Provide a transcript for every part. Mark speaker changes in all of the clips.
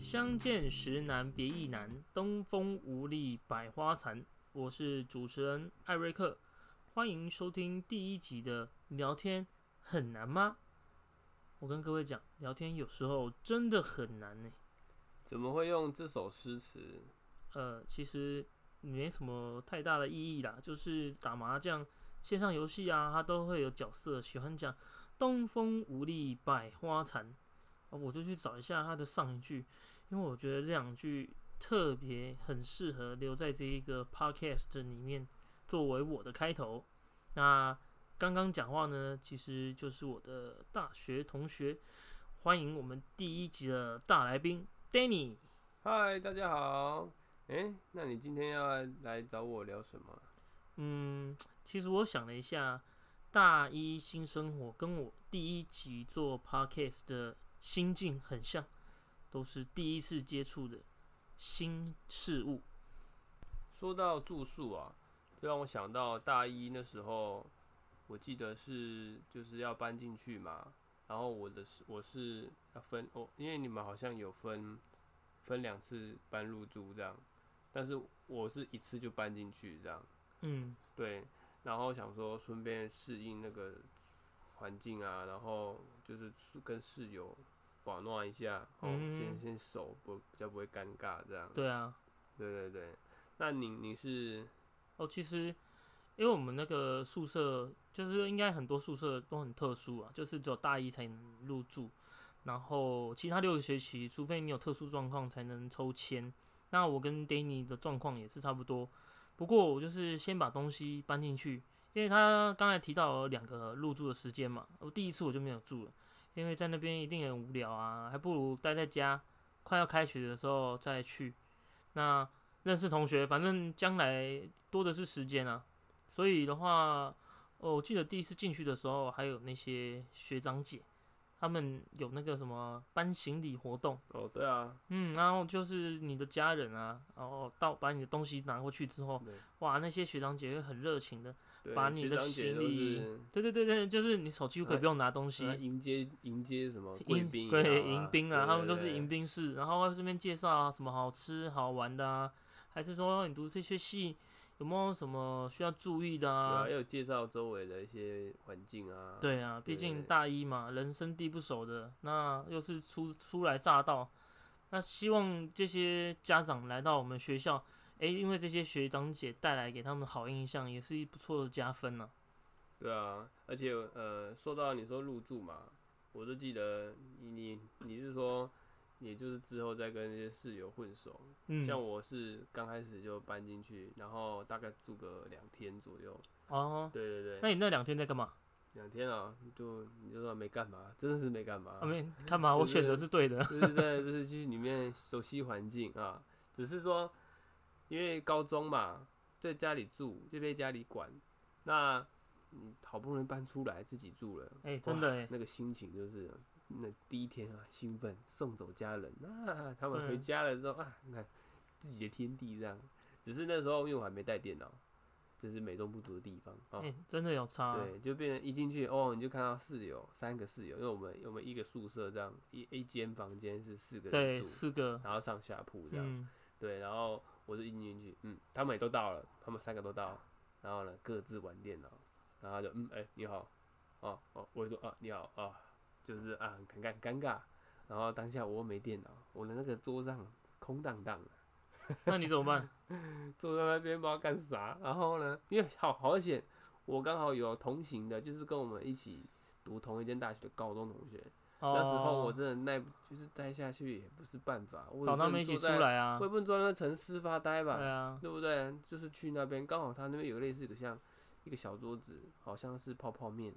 Speaker 1: 相见时难别亦难，东风无力百花残。我是主持人艾瑞克，欢迎收听第一集的聊天很难吗？我跟各位讲，聊天有时候真的很难呢、
Speaker 2: 怎么会用这首诗词？
Speaker 1: 呃，其实没什么太大的意义啦，就是打麻将、线上游戏啊，它都会有角色喜欢讲“东风无力百花残”，啊我就去找一下它的上一句，因为我觉得这两句特别很适合留在这一个 podcast 里面作为我的开头。那刚刚讲话呢，其实就是我的大学同学，欢迎我们第一集的大来宾 Danny。
Speaker 2: 嗨，大家好。哎、那你今天要来找我聊什么？
Speaker 1: 嗯，其实我想了一下，大一新生活跟我第一集做 podcast 的心境很像，都是第一次接触的新事物。
Speaker 2: 说到住宿啊，就让我想到大一那时候，我记得是就是要搬进去嘛，然后我的是我是要分哦，因为你们好像有分分两次搬入住这样，但是我是一次就搬进去这样。
Speaker 1: 嗯
Speaker 2: 对，然后想说顺便适应那个环境啊，然后就是宿跟室友保暖一下，哦，
Speaker 1: 嗯
Speaker 2: 先先熟，不比较不会尴尬这样。
Speaker 1: 对啊，
Speaker 2: 对对对，那你你是
Speaker 1: 哦，其实因为我们那个宿舍，就是应该很多宿舍都很特殊啊，就是只有大一才能入住，然后其他六个学期，除非你有特殊状况才能抽签。那我跟 Danny 的状况也是差不多，不过我就是先把东西搬进去，因为他刚才提到有两个入住的时间嘛，我第一次我就没有住了，因为在那边一定很无聊啊，还不如待在家，快要开学的时候再去。那认识同学，反正将来多的是时间啊。所以的话，哦，我记得第一次进去的时候，还有那些学长姐，他们有那个什么搬行李活动，
Speaker 2: 哦，对啊，
Speaker 1: 嗯，然后就是你的家人啊，然后到把你的东西拿过去之后，
Speaker 2: 对
Speaker 1: 哇，那些学长姐会很热情的，
Speaker 2: 对
Speaker 1: 把你的
Speaker 2: 学
Speaker 1: 行
Speaker 2: 长姐
Speaker 1: 李对对对对，就是你手机可以不用拿东西
Speaker 2: 都是，来啊迎接迎接什么贵
Speaker 1: 迎
Speaker 2: 宾啊、
Speaker 1: 对迎宾啊，
Speaker 2: 对
Speaker 1: 他们都是。
Speaker 2: 对
Speaker 1: 迎
Speaker 2: 对
Speaker 1: 宾室，然后顺便介绍啊，什么好吃好玩的啊，还是说你读这些戏有没有什么需要注意的
Speaker 2: 对
Speaker 1: 啊
Speaker 2: 啊，？要有介绍周围的一些环境啊。
Speaker 1: 对啊，毕
Speaker 2: 对
Speaker 1: 竟大一嘛，人生地不熟的，那又是初初来乍到，那希望这些家长来到我们学校，诶，因为这些学长姐带来给他们好印象，也是一不错的加分呢、
Speaker 2: 对啊，而且呃，说到你说入住嘛，我就记得你你你是说，你就是之后再跟那些室友混熟。
Speaker 1: 嗯，
Speaker 2: 像我是刚开始就搬进去，然后大概住个两天左右。
Speaker 1: 哦，
Speaker 2: 对对对，
Speaker 1: 那你那两天在干嘛？
Speaker 2: 两天啊，就你就说没干嘛，真的是没干嘛
Speaker 1: 啊，，没干嘛？我
Speaker 2: 就是
Speaker 1: 选择是对的。
Speaker 2: 就是真的就是去里面熟悉环境啊。只是说，因为高中嘛，在家里住就被家里管，那你好不容易搬出来自己住了。
Speaker 1: 诶，真的诶。
Speaker 2: 那个心情就是那第一天啊，兴奋送走家人啊，他
Speaker 1: 对
Speaker 2: 们回家了之后啊，你看自己的天地这样。只是那时候因为我还没带电脑，这是美中不足的地方啊。
Speaker 1: 哎、真的有差、
Speaker 2: 对，就变成一进去哦，你就看到室友三个室友，因为我们我们一个宿舍这样，一一间房间是四个人
Speaker 1: 对，
Speaker 2: 住，
Speaker 1: 四个，
Speaker 2: 然后上下铺这样。
Speaker 1: 嗯，
Speaker 2: 对，然后我就一进去，嗯，他们也都到了，他们三个都到，然后呢各自玩电脑，然后他就嗯，哎、你好，哦哦，我就说啊你好啊，就是啊很尴尬很尴尬，然后当下我又没电脑，我的那个桌上空荡荡的，
Speaker 1: 那你怎么 办？
Speaker 2: 坐在那边不知道干啥，然后呢，因为好好险，我刚好有同行的，就是跟我们一起读同一间大学的高中同学，
Speaker 1: 哦，
Speaker 2: 那时候我真的耐，就是待下去也不是办法，我也
Speaker 1: 找
Speaker 2: 不
Speaker 1: 他
Speaker 2: 能
Speaker 1: 们一起出
Speaker 2: 坐在。
Speaker 1: 来啊
Speaker 2: 我，也不能坐在那沉思发呆吧？
Speaker 1: 对啊，
Speaker 2: 对不对？就是去那边，刚好他那边有类似一个像一个小桌子，好像是泡泡面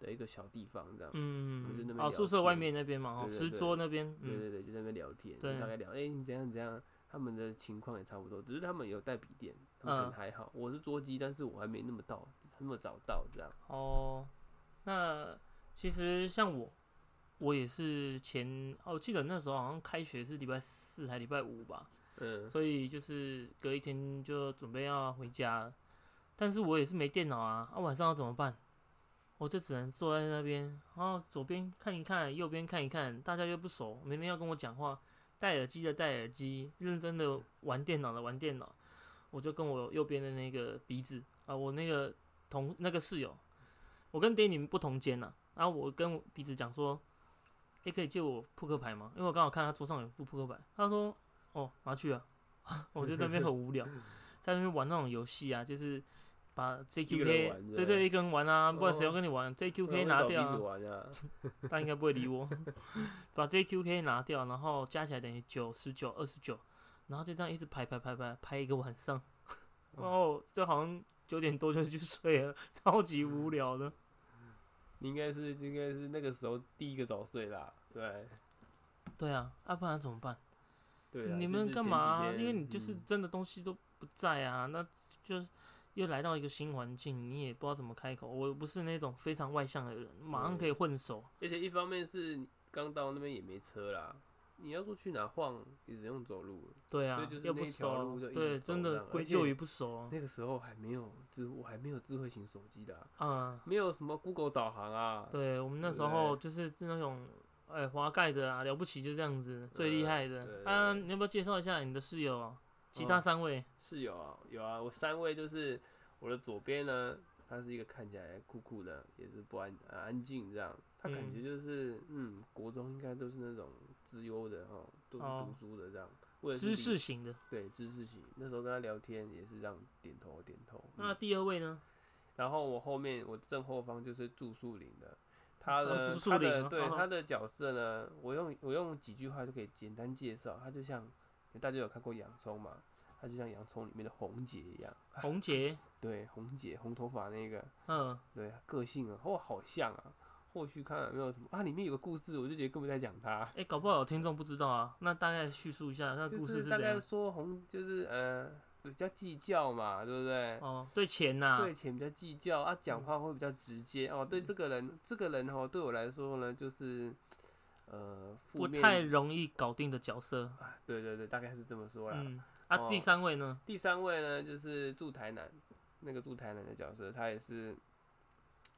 Speaker 2: 的一个小地方这样。我们就那
Speaker 1: 嗯，
Speaker 2: 边
Speaker 1: 哦，
Speaker 2: 聊
Speaker 1: 宿舍
Speaker 2: 天
Speaker 1: 外面那边嘛，哦，
Speaker 2: 对对
Speaker 1: 石
Speaker 2: 对
Speaker 1: 桌那边，
Speaker 2: 对
Speaker 1: 嗯，
Speaker 2: 对对，就在那边聊天，
Speaker 1: 对
Speaker 2: 大概聊，哎、你怎样怎样？他们的情况也差不多，只是他们有带笔电，他们
Speaker 1: 嗯
Speaker 2: 可能还好。我是桌机，但是我还没那么到，那么早到这样。
Speaker 1: 哦，那其实像我，我也是前，哦，我记得那时候好像开学是礼拜四还礼拜五吧，
Speaker 2: 嗯，
Speaker 1: 所以就是隔一天就准备要回家了，但是我也是没电脑啊，啊晚上要怎么办？我就只能坐在那边，然后左边看一看，右边看一看，大家又不熟，没人要跟我讲话，戴耳机的戴耳机，认真的玩电脑的玩电脑。我就跟我右边的那个鼻子啊，我那个同那个室友，我跟 Danny 不同间呐、啊，然后我跟我鼻子讲说，诶、可以借我扑克牌吗？因为我刚好看他桌上有副扑克牌，他说，哦，拿去啊。 我就在那边很 无聊，在那边玩那种游戏啊，就是把
Speaker 2: 一个人
Speaker 1: JQK
Speaker 2: 玩
Speaker 1: 对
Speaker 2: 对
Speaker 1: 对一个人玩啊，不然谁要
Speaker 2: 哦
Speaker 1: 跟你玩
Speaker 2: 不 然
Speaker 1: ？JQK
Speaker 2: 会
Speaker 1: 拿
Speaker 2: 找
Speaker 1: 掉、
Speaker 2: 鼻
Speaker 1: 啊
Speaker 2: 子，玩啊，
Speaker 1: 他应该不会理 我。把 JQK 拿掉，然后加起来等于九、十九、二十九，然后就这样一直排排排排排一个晚上，
Speaker 2: 哦
Speaker 1: 然后就好像九点多就去睡了，超级无聊的。
Speaker 2: 你应该是应该是那个时候第一个早睡啦，对
Speaker 1: 对啊，啊不然怎么办？
Speaker 2: 对啦。
Speaker 1: 你
Speaker 2: 这
Speaker 1: 们
Speaker 2: 是
Speaker 1: 干
Speaker 2: 前
Speaker 1: 嘛、啊
Speaker 2: 几天
Speaker 1: 因为你就是
Speaker 2: 嗯
Speaker 1: 真的东西都不在啊，那就又来到一个新环境，你也不知道怎么开口。我又不是那种非常外向的人，马上可以混熟。
Speaker 2: 而且一方面是你刚到那边也没车啦，你要说去哪晃也只用走路了。
Speaker 1: 对啊
Speaker 2: 所以就，是
Speaker 1: 又不
Speaker 2: 那条
Speaker 1: 熟
Speaker 2: 路就，一直
Speaker 1: 对，
Speaker 2: 走
Speaker 1: 真
Speaker 2: 这
Speaker 1: 的
Speaker 2: 样
Speaker 1: 归
Speaker 2: 而
Speaker 1: 咎
Speaker 2: 且
Speaker 1: 于不熟
Speaker 2: 那个时候还没有智，我还没有智慧型手机的啊、
Speaker 1: 啊。
Speaker 2: 没有什么 Google 导航啊。
Speaker 1: 对我们那
Speaker 2: 对不
Speaker 1: 时候
Speaker 2: 对
Speaker 1: 就是那种，哎、滑盖的啊，了不起就这样子，最厉
Speaker 2: 呃
Speaker 1: 害的。
Speaker 2: 对
Speaker 1: 啊，
Speaker 2: 对对
Speaker 1: 你要不要介绍一下你的室友啊？其他
Speaker 2: 哦
Speaker 1: 三位，
Speaker 2: 是有啊，有啊。我三位就是我的左边呢，他是一个看起来酷酷的，也是不安、呃安静这样。他感
Speaker 1: 嗯
Speaker 2: 觉就是，嗯国中应该都是那种资优的哈，都是
Speaker 1: 哦
Speaker 2: 读书的这样。为了
Speaker 1: 知识型的。
Speaker 2: 对知识型，那时候跟他聊天也是这样点头点头。嗯
Speaker 1: 那第二位 呢？
Speaker 2: 然后我后面我正后方就是住宿林的，他的、
Speaker 1: 住宿
Speaker 2: 他
Speaker 1: 林
Speaker 2: 的
Speaker 1: 啊
Speaker 2: 对、
Speaker 1: 哦
Speaker 2: 他的角色呢，我用我用几句话就可以简单介绍，他就像大家有看过洋葱嘛，他就像洋葱里面的红姐一样，
Speaker 1: 红杰，
Speaker 2: 对红姐红头发那个，
Speaker 1: 嗯，
Speaker 2: 对个性啊，哦好像啊，后续看有没有什么啊，里面有个故事，我就觉得根本在讲他。
Speaker 1: 哎、搞不好有听众不知道啊，那大概叙述一下那
Speaker 2: 就
Speaker 1: 故事
Speaker 2: 大
Speaker 1: 怎
Speaker 2: 概
Speaker 1: 样？
Speaker 2: 说红就是呃比较计较嘛，对不对？
Speaker 1: 哦，对钱呐、
Speaker 2: 对钱比较计较啊，
Speaker 1: 嗯
Speaker 2: 讲话会比较直接哦。对这个人，这个人哦，对我来说呢，就是呃负
Speaker 1: 不
Speaker 2: 面
Speaker 1: 太容易搞定的角色。
Speaker 2: 啊，对对对，大概是这么说啦。
Speaker 1: 嗯，啊，第
Speaker 2: 哦
Speaker 1: 三位呢？
Speaker 2: 第三位呢，就是住台南那个住台南的角色，他也是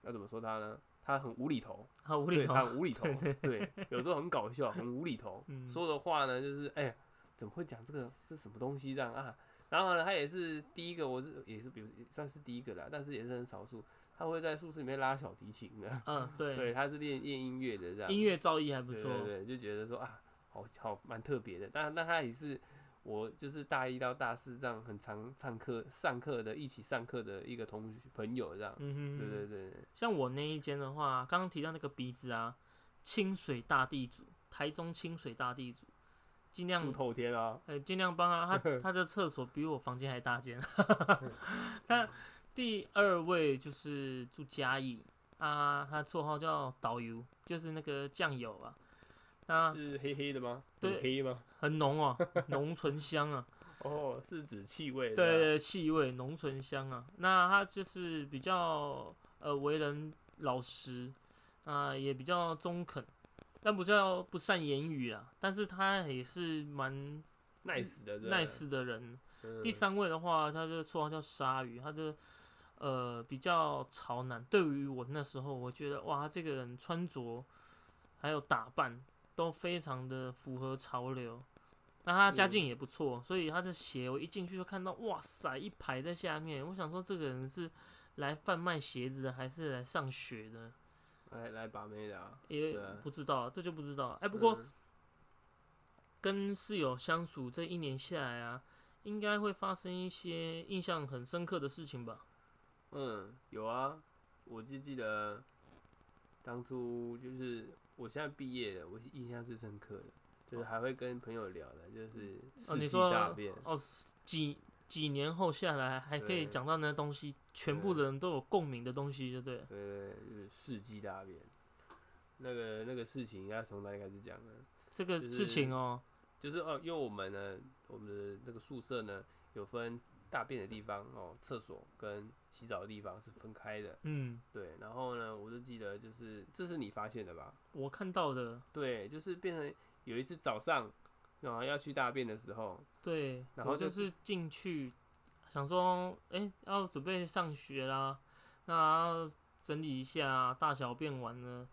Speaker 2: 要怎么说他呢？他很无厘头，
Speaker 1: 好无
Speaker 2: 对，
Speaker 1: 厘头
Speaker 2: 他。很无厘 头，对，有时候很搞笑，很无厘头。
Speaker 1: 嗯，
Speaker 2: 说的话呢，就是哎、呀，怎么会讲这个？这什么东西这样啊？然后呢，他也是第一个，我是也是，比如也算是第一个啦，但是也是很少数，他会在宿舍里面拉小提琴 的。
Speaker 1: 嗯，对，
Speaker 2: 对，他是练练音乐的这样，
Speaker 1: 音乐造诣还不
Speaker 2: 对
Speaker 1: 错。
Speaker 2: 对对，就觉得说啊，好好蛮特别的。但那他也是我就是大一到大四这样很常上课上课的，一起上课的一个同学朋友这样。
Speaker 1: 嗯哼
Speaker 2: 对
Speaker 1: 哼
Speaker 2: 对对对，
Speaker 1: 像我那一间的话，刚刚提到那个鼻子啊，清水大地主，台中清水大地主，尽量
Speaker 2: 住透天啊，
Speaker 1: 呃尽量帮他， 他他的厕所比我房间还大间。 那第二位就是住嘉义啊，他绰号叫导游，就是那个酱油啊，那
Speaker 2: 是黑黑的吗？
Speaker 1: 对
Speaker 2: 很黑吗？
Speaker 1: 很浓 哦，浓醇香啊，
Speaker 2: 哦，是指气味。
Speaker 1: 对对，对气味浓醇香啊。那他就是比较呃为人老实啊、也比较中肯，但不叫不善言语啊。但是他也是蛮
Speaker 2: nice 的对不对
Speaker 1: nice 的人。
Speaker 2: 嗯
Speaker 1: 第三位的话，他就绰号叫鲨鱼，他就呃比较潮男。对于我那时候，我觉得哇，这个人穿着还有打扮都非常的符合潮流。那他家
Speaker 2: 嗯
Speaker 1: 境也不错，所以他的鞋我一进去就看到，哇塞，一排在下面。我想说，这个人是来贩卖鞋子的，还是来上学的？
Speaker 2: 来来把妹的啊。
Speaker 1: 也
Speaker 2: 对啊
Speaker 1: 不知道，这就不知道。哎、不过
Speaker 2: 嗯
Speaker 1: 跟室友相处这一年下来啊，应该会发生一些印象很深刻的事情吧？
Speaker 2: 嗯，有啊，我就记得当初就是我现在毕业了，我印象最深刻的就是还会跟朋友聊的，就是世
Speaker 1: 哦嗯你
Speaker 2: 纪
Speaker 1: 说
Speaker 2: 大变，
Speaker 1: 哦，几几年后下来，还可以
Speaker 2: 对
Speaker 1: 讲到那东西，全部的人都有共鸣的东西，就对了。
Speaker 2: 对对对，就是世纪大变。那个那个事情要从哪里开始讲呢？
Speaker 1: 这个
Speaker 2: 就
Speaker 1: 事情哦，
Speaker 2: 就是哦，因为我们呢，我们的那个宿舍呢有分大便的地方哦，厕所跟洗澡的地方是分开的。
Speaker 1: 嗯，
Speaker 2: 对，然后呢，我就记得就是这是你发现的吧？
Speaker 1: 我看到的，
Speaker 2: 对，就是变成有一次早上，然后要去大便的时候，
Speaker 1: 对，
Speaker 2: 然后
Speaker 1: 我就
Speaker 2: 就是
Speaker 1: 进去想说，哎、要准备上学啦，那整理一下大小便完了，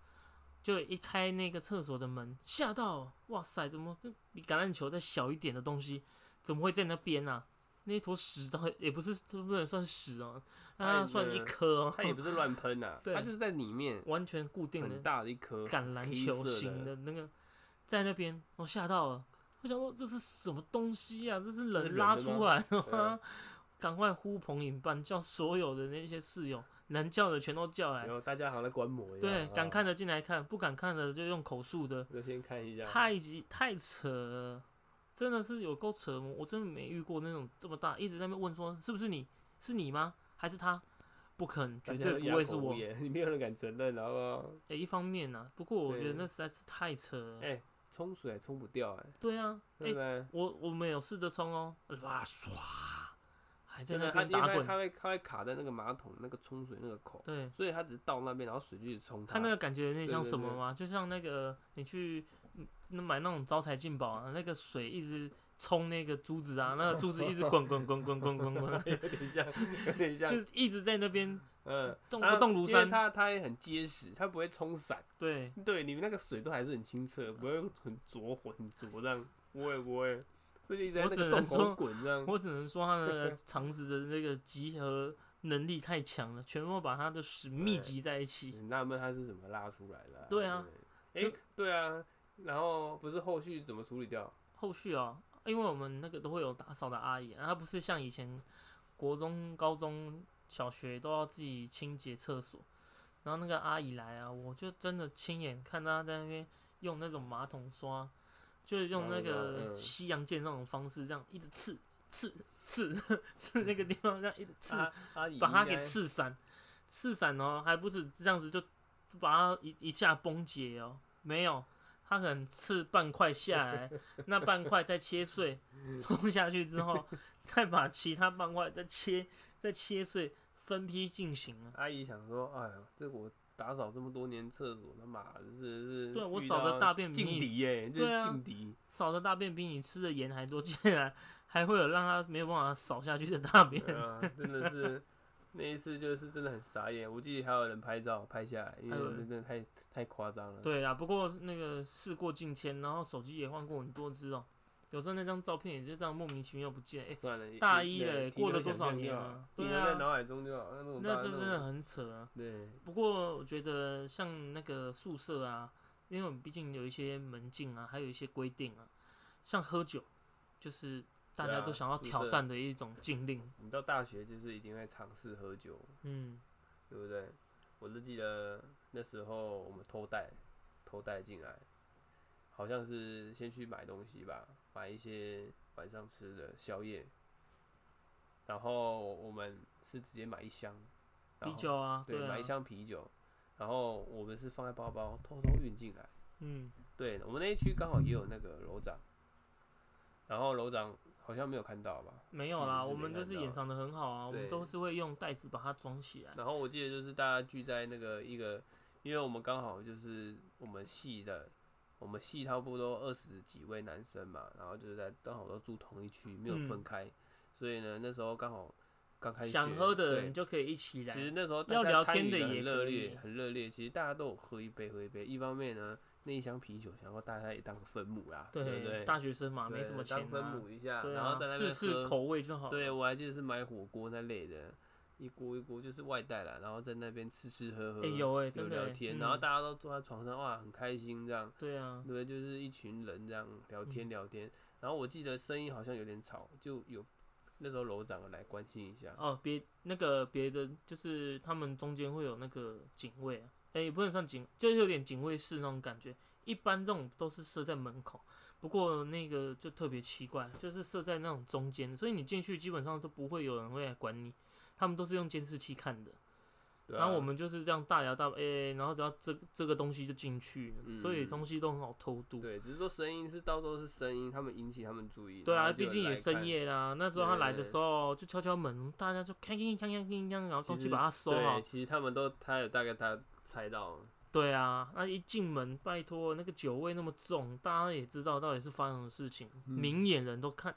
Speaker 1: 就一开那个厕所的门，吓到，哇塞，怎么跟比橄榄球再小一点的东西，怎么会在那边啊？那一坨屎倒也不是不能算屎哦、
Speaker 2: 它
Speaker 1: 啊，
Speaker 2: 也
Speaker 1: 那算一颗哦、
Speaker 2: 它也不是乱喷呐，
Speaker 1: 对
Speaker 2: 它就是在里面
Speaker 1: 完全固定
Speaker 2: 很
Speaker 1: 的
Speaker 2: 大的一颗
Speaker 1: 橄榄
Speaker 2: 黑
Speaker 1: 球
Speaker 2: 色
Speaker 1: 型
Speaker 2: 的
Speaker 1: 的那个，在那边我吓到了，我想说这是什么东西啊？这是
Speaker 2: 是人
Speaker 1: 人拉
Speaker 2: 的
Speaker 1: 出
Speaker 2: 吗
Speaker 1: 来的
Speaker 2: 对
Speaker 1: 吗？ 赶快呼朋引伴，叫所有的那些室友能叫的全都叫来
Speaker 2: 然，后大家好像在观摩一样。
Speaker 1: 对
Speaker 2: 啊，
Speaker 1: 敢看的进来看，不敢看的就用口述的，
Speaker 2: 就先看一下。
Speaker 1: 太极太扯了，真的是有够扯，我真的没遇过那种这么大，一直在那边问说是不是你是你吗？还是他？不肯，绝
Speaker 2: 大家
Speaker 1: 对
Speaker 2: 都
Speaker 1: 不
Speaker 2: 哑
Speaker 1: 会
Speaker 2: 口
Speaker 1: 是
Speaker 2: 无
Speaker 1: 我。
Speaker 2: 言， 你没有人敢承认，然后
Speaker 1: 诶、一方面呢、不过我觉得
Speaker 2: 对
Speaker 1: 那实在是太扯了。
Speaker 2: 哎冲水还冲不掉，哎，
Speaker 1: 对啊，诶、
Speaker 2: 对不对？
Speaker 1: 我我们有试着冲哦，哇唰，还在
Speaker 2: 真的，
Speaker 1: 那
Speaker 2: 它
Speaker 1: 边打
Speaker 2: 因为它它
Speaker 1: 滚。
Speaker 2: 会它会卡在那个马桶那个冲水那个口，
Speaker 1: 对，
Speaker 2: 所以它只是到那边，然后水就一直冲
Speaker 1: 他那个感觉有点像
Speaker 2: 对对
Speaker 1: 什么
Speaker 2: 对
Speaker 1: 吗？就像那个你去嗯那买那种招财进宝啊，那个水一直冲那个珠子啊，那个珠子一直滚滚滚滚滚滚 滚，
Speaker 2: 有点像，有点像，
Speaker 1: 就一直在那 边
Speaker 2: 嗯，
Speaker 1: 动
Speaker 2: 啊
Speaker 1: 不动如
Speaker 2: 因为
Speaker 1: 山。
Speaker 2: 它它也很结实，它不会冲散，
Speaker 1: 对，
Speaker 2: 对，你们那个水都还是很清澈，不会很浊混很浊这样，不会不会，所以就一直在
Speaker 1: 我
Speaker 2: 那
Speaker 1: 只
Speaker 2: 个
Speaker 1: 能
Speaker 2: 洞口
Speaker 1: 说
Speaker 2: 滚这样，
Speaker 1: 我只能说他的肠子的那个集合能力太强了，全部把他的屎密
Speaker 2: 对
Speaker 1: 集在一起。
Speaker 2: 很纳闷它是怎么拉出来的、啊
Speaker 1: 对啊，
Speaker 2: 哎、
Speaker 1: 就
Speaker 2: 对啊，然后不是后续怎么处理掉？
Speaker 1: 后续啊，因为我们那个都会有打扫的阿姨，啊她不是像以前国中、高中小学都要自己清洁厕所，然后那个阿姨来啊，我就真的亲眼看她在那边用那种马桶刷，就是用那
Speaker 2: 马桶
Speaker 1: 个呃
Speaker 2: 刷嗯
Speaker 1: 西洋剑那种方式，这样一直刺刺刺 刺那个地方，这样一直刺，
Speaker 2: 阿阿姨
Speaker 1: 把它
Speaker 2: 应
Speaker 1: 给
Speaker 2: 该
Speaker 1: 刺散，刺散哦，还不是这样子就就把它一一下崩解哦，没有，它可能刺半块下来，那半块再切 碎，冲下去之后，再把其他半块再切再切碎，分批进行啊。
Speaker 2: 阿姨想说，哎呀，这我打扫这么多年厕所，他妈的是是，
Speaker 1: 对我扫的大便比
Speaker 2: 劲
Speaker 1: 你
Speaker 2: 敌耶，这
Speaker 1: 对
Speaker 2: 是
Speaker 1: 啊
Speaker 2: 劲敌，
Speaker 1: 扫的大便比你吃的盐还多，竟 然还会有让它没有办法扫下去的大便。
Speaker 2: 对啊，真的是那一次就是真的很傻眼，我记得还有人拍照拍下来，因为
Speaker 1: 还有人
Speaker 2: 真的太太夸张了。
Speaker 1: 对啦，啊不过那个事过境迁，然后手机也换过很多只哦、有时候那张照片也就这样莫名其妙不见，哎、
Speaker 2: 算了，
Speaker 1: 大
Speaker 2: 也
Speaker 1: 一
Speaker 2: 对
Speaker 1: 嘞
Speaker 2: 停
Speaker 1: 过了
Speaker 2: 留想
Speaker 1: 多少
Speaker 2: 象就
Speaker 1: 年
Speaker 2: 好
Speaker 1: 了
Speaker 2: 停
Speaker 1: 对
Speaker 2: 留在
Speaker 1: 啊
Speaker 2: 脑海中就好。那种
Speaker 1: 那
Speaker 2: 大
Speaker 1: 这
Speaker 2: 那
Speaker 1: 真
Speaker 2: 种
Speaker 1: 的很扯啊。
Speaker 2: 对，
Speaker 1: 不过我觉得像那个宿舍啊，因为我们毕竟有一些门禁啊，还有一些规定啊，像喝酒，就是大
Speaker 2: 对
Speaker 1: 家
Speaker 2: 啊
Speaker 1: 都想要
Speaker 2: 宿舍
Speaker 1: 挑战的一种禁令。
Speaker 2: 你到大学就是一定会尝试喝酒，
Speaker 1: 嗯，
Speaker 2: 对不对？我就记得那时候我们偷带，偷带进来，好像是先去买东西吧，买一些晚上吃的宵夜，然后我们是直接买一箱然
Speaker 1: 啤
Speaker 2: 后
Speaker 1: 酒啊，
Speaker 2: 对，
Speaker 1: 对啊
Speaker 2: 买一，箱啤酒，然后我们是放在包包偷偷运进来。
Speaker 1: 嗯，
Speaker 2: 对我们那一区刚好也有那个楼长，然后楼长好像没有看到吧，
Speaker 1: 没有啦，
Speaker 2: 其实是
Speaker 1: 我们
Speaker 2: 没
Speaker 1: 就
Speaker 2: 看
Speaker 1: 是
Speaker 2: 到
Speaker 1: 掩藏的很好啊，我们
Speaker 2: 对
Speaker 1: 都是会用袋子把它装起来。
Speaker 2: 然后我记得就是大家聚在那个一个，因为我们刚好就是我们系的，我们系差不多二十几位男生嘛，然后就是在刚好都住同一区，没有分
Speaker 1: 嗯
Speaker 2: 开，所以呢那时候刚好刚开学，
Speaker 1: 想喝的
Speaker 2: 对
Speaker 1: 人就可以一起来
Speaker 2: 其。实那时候大
Speaker 1: 要
Speaker 2: 家
Speaker 1: 聊
Speaker 2: 参
Speaker 1: 天
Speaker 2: 与
Speaker 1: 的
Speaker 2: 得很
Speaker 1: 也
Speaker 2: 热
Speaker 1: 可以
Speaker 2: 烈，很热烈。其实大家都有喝一杯，喝一杯。一方面呢，那一箱啤酒想要大家也当个分母啦，对不对？
Speaker 1: 大学生嘛，
Speaker 2: 对
Speaker 1: 没什么钱
Speaker 2: 当分
Speaker 1: 啊
Speaker 2: 母，一下，
Speaker 1: 对
Speaker 2: 然后
Speaker 1: 啊
Speaker 2: 在那，边
Speaker 1: 试试
Speaker 2: 喝
Speaker 1: 口啊味就好。
Speaker 2: 对，我还记得是买火锅那类的，一锅一锅就是外带啦，然后在那边吃吃喝喝，
Speaker 1: 哎有哎，
Speaker 2: 有
Speaker 1: 真的
Speaker 2: 聊
Speaker 1: 欸
Speaker 2: 天，
Speaker 1: 嗯
Speaker 2: 然后大家都坐在床上，哇，很开心这样。
Speaker 1: 对啊，
Speaker 2: 对，就是一群人这样聊天
Speaker 1: 嗯
Speaker 2: 聊天。然后我记得声音好像有点吵，就有那时候楼长来关心一下。
Speaker 1: 哦，别那个别的，就是他们中间会有那个警卫、啊，哎、也不能算警，就是有点警卫室那种感觉。一般这种都是设在门口，不过那个就特别奇怪，就是设在那种中间，所以你进去基本上都不会有人会来管你，他们都是用监视器看的。
Speaker 2: 对
Speaker 1: 然后
Speaker 2: 啊
Speaker 1: 我们就是这样大摇大摆、欸，然后只要这这个东西就进去了，所以
Speaker 2: 嗯
Speaker 1: 东西都很好偷渡。
Speaker 2: 对，只是说声音是到时候是声音，他们引起他们注意。
Speaker 1: 对
Speaker 2: 然
Speaker 1: 啊，
Speaker 2: 后就
Speaker 1: 毕
Speaker 2: 有
Speaker 1: 竟
Speaker 2: 人
Speaker 1: 也
Speaker 2: 来
Speaker 1: 深
Speaker 2: 看。
Speaker 1: 夜啦。那时候他来的时候就敲敲门，大家就锵锵锵锵锵锵，然后
Speaker 2: 其
Speaker 1: 东西
Speaker 2: 实
Speaker 1: 把它收好
Speaker 2: 对，。其实他们都，他有大概他猜到，
Speaker 1: 对啊，那一进门，拜托那个酒味那么重，大家也知道到底是发生什么事情，明眼人都看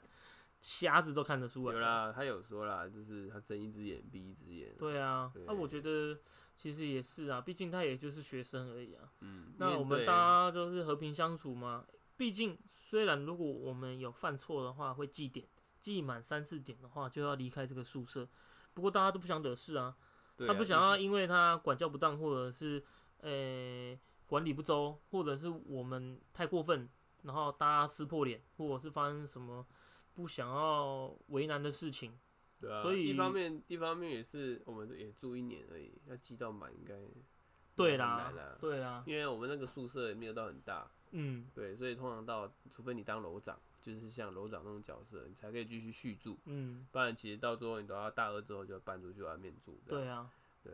Speaker 1: 瞎子都看得出来。
Speaker 2: 有啦，他有说啦，就是他睁一只眼闭一只眼。
Speaker 1: 对啊，
Speaker 2: 对
Speaker 1: 那、我觉得其实也是啊，毕竟他也就是学生而已啊。
Speaker 2: 嗯，
Speaker 1: 那
Speaker 2: 面
Speaker 1: 我们
Speaker 2: 对
Speaker 1: 大家就是和平相处嘛。毕竟，虽然如果我们有犯错的话，会记点，记满三四点的话就要离开这个宿舍。不过大家都不想惹事啊，
Speaker 2: 对啊
Speaker 1: 他不想要，因为他管教不当，或者是呃管理不周，或者是我们太过分，然后大家撕破脸，或者是发生什么不想要为难的事情。
Speaker 2: 对啊，
Speaker 1: 所以
Speaker 2: 一方面一方面也是我们也住一年而已，要积到满应该
Speaker 1: 对
Speaker 2: 啦
Speaker 1: 啦，，对啊，
Speaker 2: 因为我们那个宿舍也没有到很大，
Speaker 1: 嗯
Speaker 2: 对，所以通常到除非你当楼长，就是像楼长那种角色，你才可以继续续住，
Speaker 1: 嗯，
Speaker 2: 不然其实到最后你都要大二之后就要搬出去外面住这样。
Speaker 1: 对啊，
Speaker 2: 对，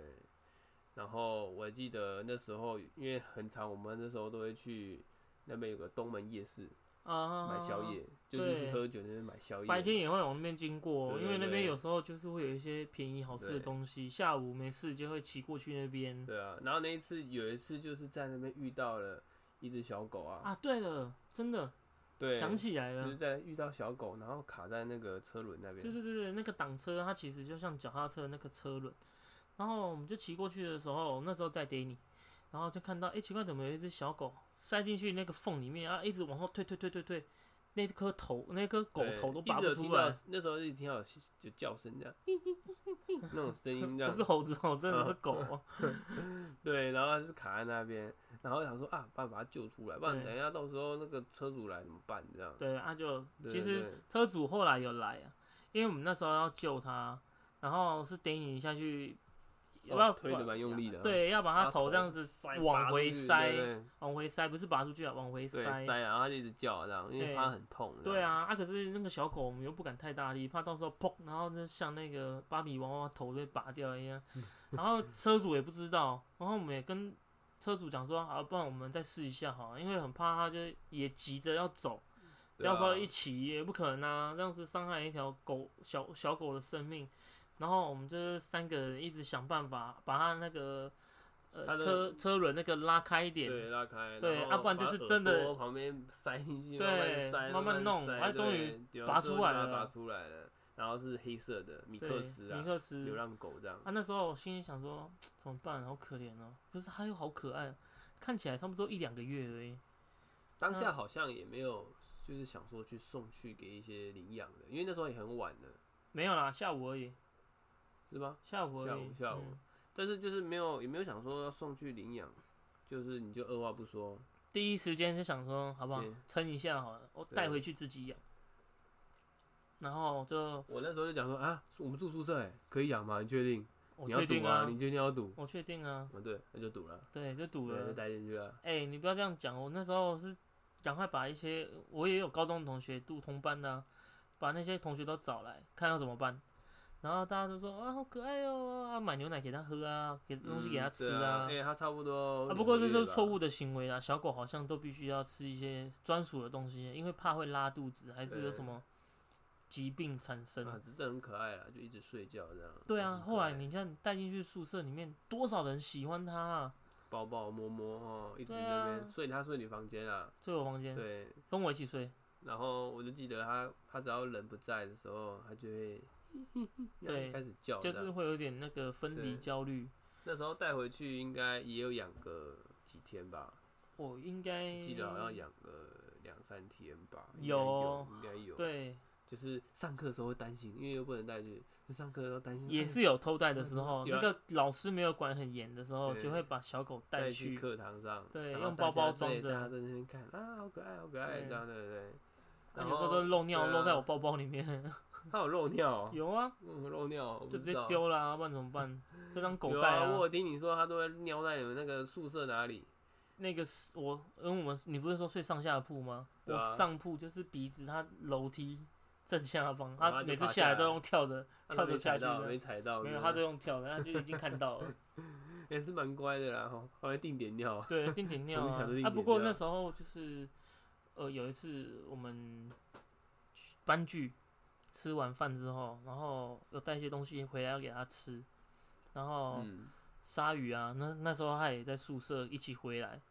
Speaker 2: 然后我还记得那时候，因为很长，我们那时候都会去那边有个东门夜市
Speaker 1: 啊，
Speaker 2: 买宵夜，就是去
Speaker 1: 对
Speaker 2: 喝酒那边买宵夜。
Speaker 1: 白天也会往那边经过，
Speaker 2: 对
Speaker 1: 因为那边
Speaker 2: 对
Speaker 1: 有时候就是会有一些便宜好吃的
Speaker 2: 对
Speaker 1: 东西，下午没事就会骑过去那边。
Speaker 2: 对啊，然后那一次有一次就是在那边遇到了一只小狗啊，
Speaker 1: 啊，对了，真的
Speaker 2: 对，嗯
Speaker 1: 想起来
Speaker 2: 就是
Speaker 1: 了，
Speaker 2: 在遇到小狗，然后卡在那个车轮那边。
Speaker 1: 对对对对，那个挡车它其实就像脚踏车的那个车轮，然后我们就骑过去的时候，那时候在 Danny，然后就看到，哎、奇怪，怎么有一只小狗塞进去那个缝里面啊，一直往后退退退退退，那颗头那颗狗
Speaker 2: 对
Speaker 1: 头都
Speaker 2: 一
Speaker 1: 拔
Speaker 2: 直
Speaker 1: 不
Speaker 2: 有听
Speaker 1: 出
Speaker 2: 到
Speaker 1: 来，
Speaker 2: 那时候一听到有就叫声 这样，那种声音这
Speaker 1: 不
Speaker 2: 样嗯
Speaker 1: 是，猴子哦，真的是狗 哦，
Speaker 2: 对，然后就是卡在那边，然后想说啊，办法把它救出来，不然
Speaker 1: 对
Speaker 2: 等一下到时候那个车主来怎么办？这样，
Speaker 1: 对，啊就
Speaker 2: 对
Speaker 1: 其实
Speaker 2: 对
Speaker 1: 车主后来有来啊，因为我们那时候要救他，然后是点你下去，
Speaker 2: 哦
Speaker 1: 要
Speaker 2: 推的蛮用力的啊，
Speaker 1: 对，要把他头这样子
Speaker 2: 塞拔
Speaker 1: 往
Speaker 2: 出
Speaker 1: 回
Speaker 2: 去
Speaker 1: 塞，
Speaker 2: 对
Speaker 1: 往回塞，不是拔出去啊，往回
Speaker 2: 对对
Speaker 1: 塞。
Speaker 2: 塞，然后他就一直叫这样，因为
Speaker 1: 对
Speaker 2: 它很痛。这
Speaker 1: 对
Speaker 2: 样，
Speaker 1: 啊，啊可是那个小狗我们又不敢太大力，怕到时候砰，然后就像那个芭比娃娃头被拔掉一样。
Speaker 2: 嗯
Speaker 1: 然后车主也不知道，然后我们也跟车主讲说，啊好，不然我们再试一下好了，因为很怕他就也急着要走，不
Speaker 2: 对啊
Speaker 1: 要说一起也不可能啊，这样是伤害一条狗小小狗的生命。然后我们就是三个人一直想办法把它那个
Speaker 2: 它
Speaker 1: 呃
Speaker 2: 的
Speaker 1: 车车轮那个拉开一点，
Speaker 2: 对拉开，
Speaker 1: 对
Speaker 2: 然
Speaker 1: 啊
Speaker 2: 后
Speaker 1: 不然就
Speaker 2: 把
Speaker 1: 是
Speaker 2: 耳
Speaker 1: 真的
Speaker 2: 朵旁边塞进去，
Speaker 1: 对
Speaker 2: 慢慢塞，
Speaker 1: 慢慢
Speaker 2: 慢
Speaker 1: 弄
Speaker 2: 塞
Speaker 1: 哎终
Speaker 2: 对有
Speaker 1: 拔
Speaker 2: 最后
Speaker 1: 出来
Speaker 2: 就把它
Speaker 1: 了
Speaker 2: 拔出来了，然后是黑色的米
Speaker 1: 对
Speaker 2: 克斯
Speaker 1: 米
Speaker 2: 啊，
Speaker 1: 克斯
Speaker 2: 流浪狗这样，
Speaker 1: 啊，那时候我心里想说怎么办，好可怜哦，可是它又好可爱，看起来差不多一两个月而已。
Speaker 2: 当
Speaker 1: 嗯
Speaker 2: 下好像也没有就是想说去送去给一些领养的，因为那时候也很晚了，
Speaker 1: 没有啦，下午而已，
Speaker 2: 是吧？
Speaker 1: 下午而已，
Speaker 2: 下午下午
Speaker 1: 嗯
Speaker 2: 但是就是没有也没有想说要送去领养，就是你就二话不说，
Speaker 1: 第一时间就想说好不好
Speaker 2: 是
Speaker 1: 撑一下好了，我
Speaker 2: 对
Speaker 1: 带回去自己养，然后就
Speaker 2: 我那时候就讲说啊，我们住宿舍哎，可以养吗？你确定？
Speaker 1: 我
Speaker 2: 你要
Speaker 1: 确
Speaker 2: 赌
Speaker 1: 定
Speaker 2: 啊？你确定要赌？
Speaker 1: 我确定啊，
Speaker 2: 啊，对，那就赌了，
Speaker 1: 对，就赌
Speaker 2: 对，就
Speaker 1: 了。
Speaker 2: 带进去了。
Speaker 1: 哎、你不要这样讲，我那时候是赶快把一些我也有高中同学读同班的啊、把那些同学都找来，看要怎么办。然后大家都说啊，好可爱哦、啊，买牛奶给它喝啊，给东西给它
Speaker 2: 嗯对
Speaker 1: 吃
Speaker 2: 啊。
Speaker 1: 啊。
Speaker 2: 哎、他差不多两个月吧。
Speaker 1: 不过这都是错
Speaker 2: 误
Speaker 1: 误的行为啦。小狗好像都必须要吃一些专属的东西，因为怕会拉肚子，还是有
Speaker 2: 对
Speaker 1: 什么疾病产生。
Speaker 2: 啊，只是很可爱啦，就一直睡觉这样。
Speaker 1: 对啊，
Speaker 2: 很可
Speaker 1: 后来
Speaker 2: 爱
Speaker 1: 你看带进去宿舍里面，多少人喜欢它啊？
Speaker 2: 抱抱摸摸哦，一直
Speaker 1: 对
Speaker 2: 那边、
Speaker 1: 啊
Speaker 2: 睡，他睡你房间啦。
Speaker 1: 睡我房间，
Speaker 2: 对，
Speaker 1: 跟我一起睡。
Speaker 2: 然后我就记得他，他只要人不在的时候，他就会这样
Speaker 1: 对
Speaker 2: 开始叫这
Speaker 1: 就
Speaker 2: 样。
Speaker 1: 是会有点那个分离
Speaker 2: 对
Speaker 1: 焦虑。
Speaker 2: 那时候带回去应该也有养个几天吧，
Speaker 1: 我应该
Speaker 2: 记得好像养个两三天吧。应该
Speaker 1: 有
Speaker 2: 有
Speaker 1: 哦，
Speaker 2: 应该有。，
Speaker 1: 对，
Speaker 2: 就是上课的时候会担心，因为又不能带去，就上课的时候担心。
Speaker 1: 也
Speaker 2: 哎
Speaker 1: 是有偷带的时候，
Speaker 2: 有
Speaker 1: 那
Speaker 2: 啊
Speaker 1: 个老师没有管很严的时候，
Speaker 2: 对
Speaker 1: 就会把小狗
Speaker 2: 带
Speaker 1: 带
Speaker 2: 去
Speaker 1: 去。
Speaker 2: 课堂上，
Speaker 1: 对
Speaker 2: 然后
Speaker 1: 用
Speaker 2: 大
Speaker 1: 包
Speaker 2: 家
Speaker 1: 包装
Speaker 2: 对
Speaker 1: 着
Speaker 2: 大家在那边看啊，好可爱，好可爱，
Speaker 1: 对
Speaker 2: 这样对对对。
Speaker 1: 那
Speaker 2: 然
Speaker 1: 有时候
Speaker 2: 后
Speaker 1: 都漏尿
Speaker 2: 对啊
Speaker 1: 漏在我包包里 面，
Speaker 2: 它有漏尿哦，
Speaker 1: 有啊，
Speaker 2: 嗯，漏尿，我不
Speaker 1: 就直
Speaker 2: 知
Speaker 1: 接
Speaker 2: 道。
Speaker 1: 丢啦，不然怎么 办？就当狗
Speaker 2: 有
Speaker 1: 带
Speaker 2: 啊，我有听你说它都会尿在你们那个宿舍哪里？
Speaker 1: 那个是我，因为我们你不是说睡上下铺吗？
Speaker 2: 对
Speaker 1: 我
Speaker 2: 啊
Speaker 1: 上铺就是鼻子，它楼梯正下方，
Speaker 2: 然后
Speaker 1: 它
Speaker 2: 它就
Speaker 1: 每次
Speaker 2: 爬
Speaker 1: 下来
Speaker 2: 下
Speaker 1: 都
Speaker 2: 来
Speaker 1: 用跳的，
Speaker 2: 它
Speaker 1: 跳
Speaker 2: 都没
Speaker 1: 着下
Speaker 2: 踩
Speaker 1: 去
Speaker 2: 到，
Speaker 1: 的
Speaker 2: 没踩到，
Speaker 1: 没
Speaker 2: 对
Speaker 1: 有，
Speaker 2: 不
Speaker 1: 它都
Speaker 2: 对
Speaker 1: 用跳的，它就已经看到了。
Speaker 2: 也是蛮乖的啦，哈，还会定点 尿。啊
Speaker 1: 对，定点尿
Speaker 2: 从小
Speaker 1: 啊
Speaker 2: 就定。
Speaker 1: 啊，
Speaker 2: 点
Speaker 1: 不过
Speaker 2: 尿
Speaker 1: 那时候就是，呃，有一次我们去班聚吃完饭之后，然后有带一些东西回来要给他吃，然后
Speaker 2: 嗯，
Speaker 1: 鲨鱼啊，那那时候他也在宿舍一起回来，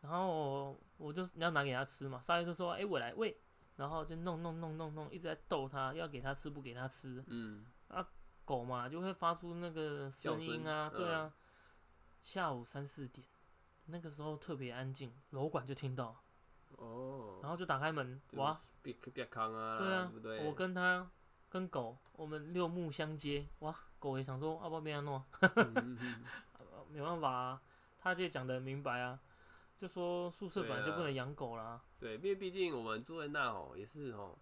Speaker 1: 然后我就你要拿给他吃嘛，鲨鱼就说：“哎、我来喂。”然后就弄弄弄弄弄，一直在逗它，要给它吃不给它吃，啊
Speaker 2: 嗯，
Speaker 1: 狗嘛就会发出那个声音啊，
Speaker 2: 叫声嗯
Speaker 1: 对啊。下午三四点，那个时候特别安静，楼管就听到，
Speaker 2: 哦，
Speaker 1: 然后就打开门，
Speaker 2: 就是
Speaker 1: 哇，
Speaker 2: 别别康啊，
Speaker 1: 对啊
Speaker 2: 不对？
Speaker 1: 我跟它跟狗，我们六目相接，哇，狗也想说，要不要被它弄啊？
Speaker 2: 嗯 嗯嗯
Speaker 1: 呃没办法啊，他这讲的明白啊，就说宿舍
Speaker 2: 对
Speaker 1: 本来就
Speaker 2: 啊
Speaker 1: 不能养狗啦。
Speaker 2: 对，因为毕竟我们住在那吼，也是吼，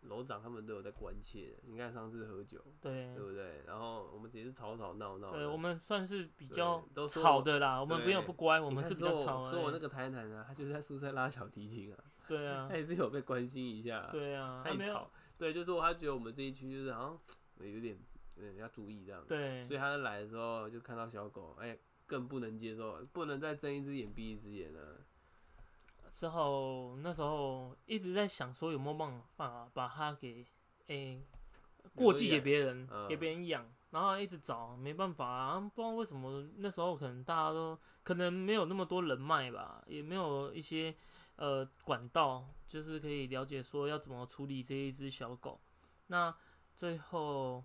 Speaker 2: 楼长他们都有在关切的。你看上次喝酒，
Speaker 1: 对
Speaker 2: 对，不对？然后我们只是吵吵闹闹的。
Speaker 1: 嗯对，我们算是比较
Speaker 2: 对都说
Speaker 1: 吵的啦，我们
Speaker 2: 对
Speaker 1: 没有不乖，我
Speaker 2: 你
Speaker 1: 们
Speaker 2: 看
Speaker 1: 是比较
Speaker 2: 说我
Speaker 1: 吵的。
Speaker 2: 说我那个台南啊，他就是在宿舍拉小提琴啊，
Speaker 1: 对啊
Speaker 2: 他，也是有被关心一下。，
Speaker 1: 对啊，他
Speaker 2: 太
Speaker 1: 没有
Speaker 2: 吵。对，就是说他觉得我们这一区就是好像有点，嗯，要注意这样。
Speaker 1: 对
Speaker 2: 所以他来的时候就看到小狗，哎、更不能接受，不能再睁一只眼闭一只眼啊了。
Speaker 1: 之后那时候一直在想说有没有办法把它给诶、过继给别人，
Speaker 2: 嗯
Speaker 1: 给别人养。然后一直找，没办法啊，不知道为什么那时候可能大家都可能没有那么多人脉吧，也没有一些呃管道，就是可以了解说要怎么处理这一只小狗。那最后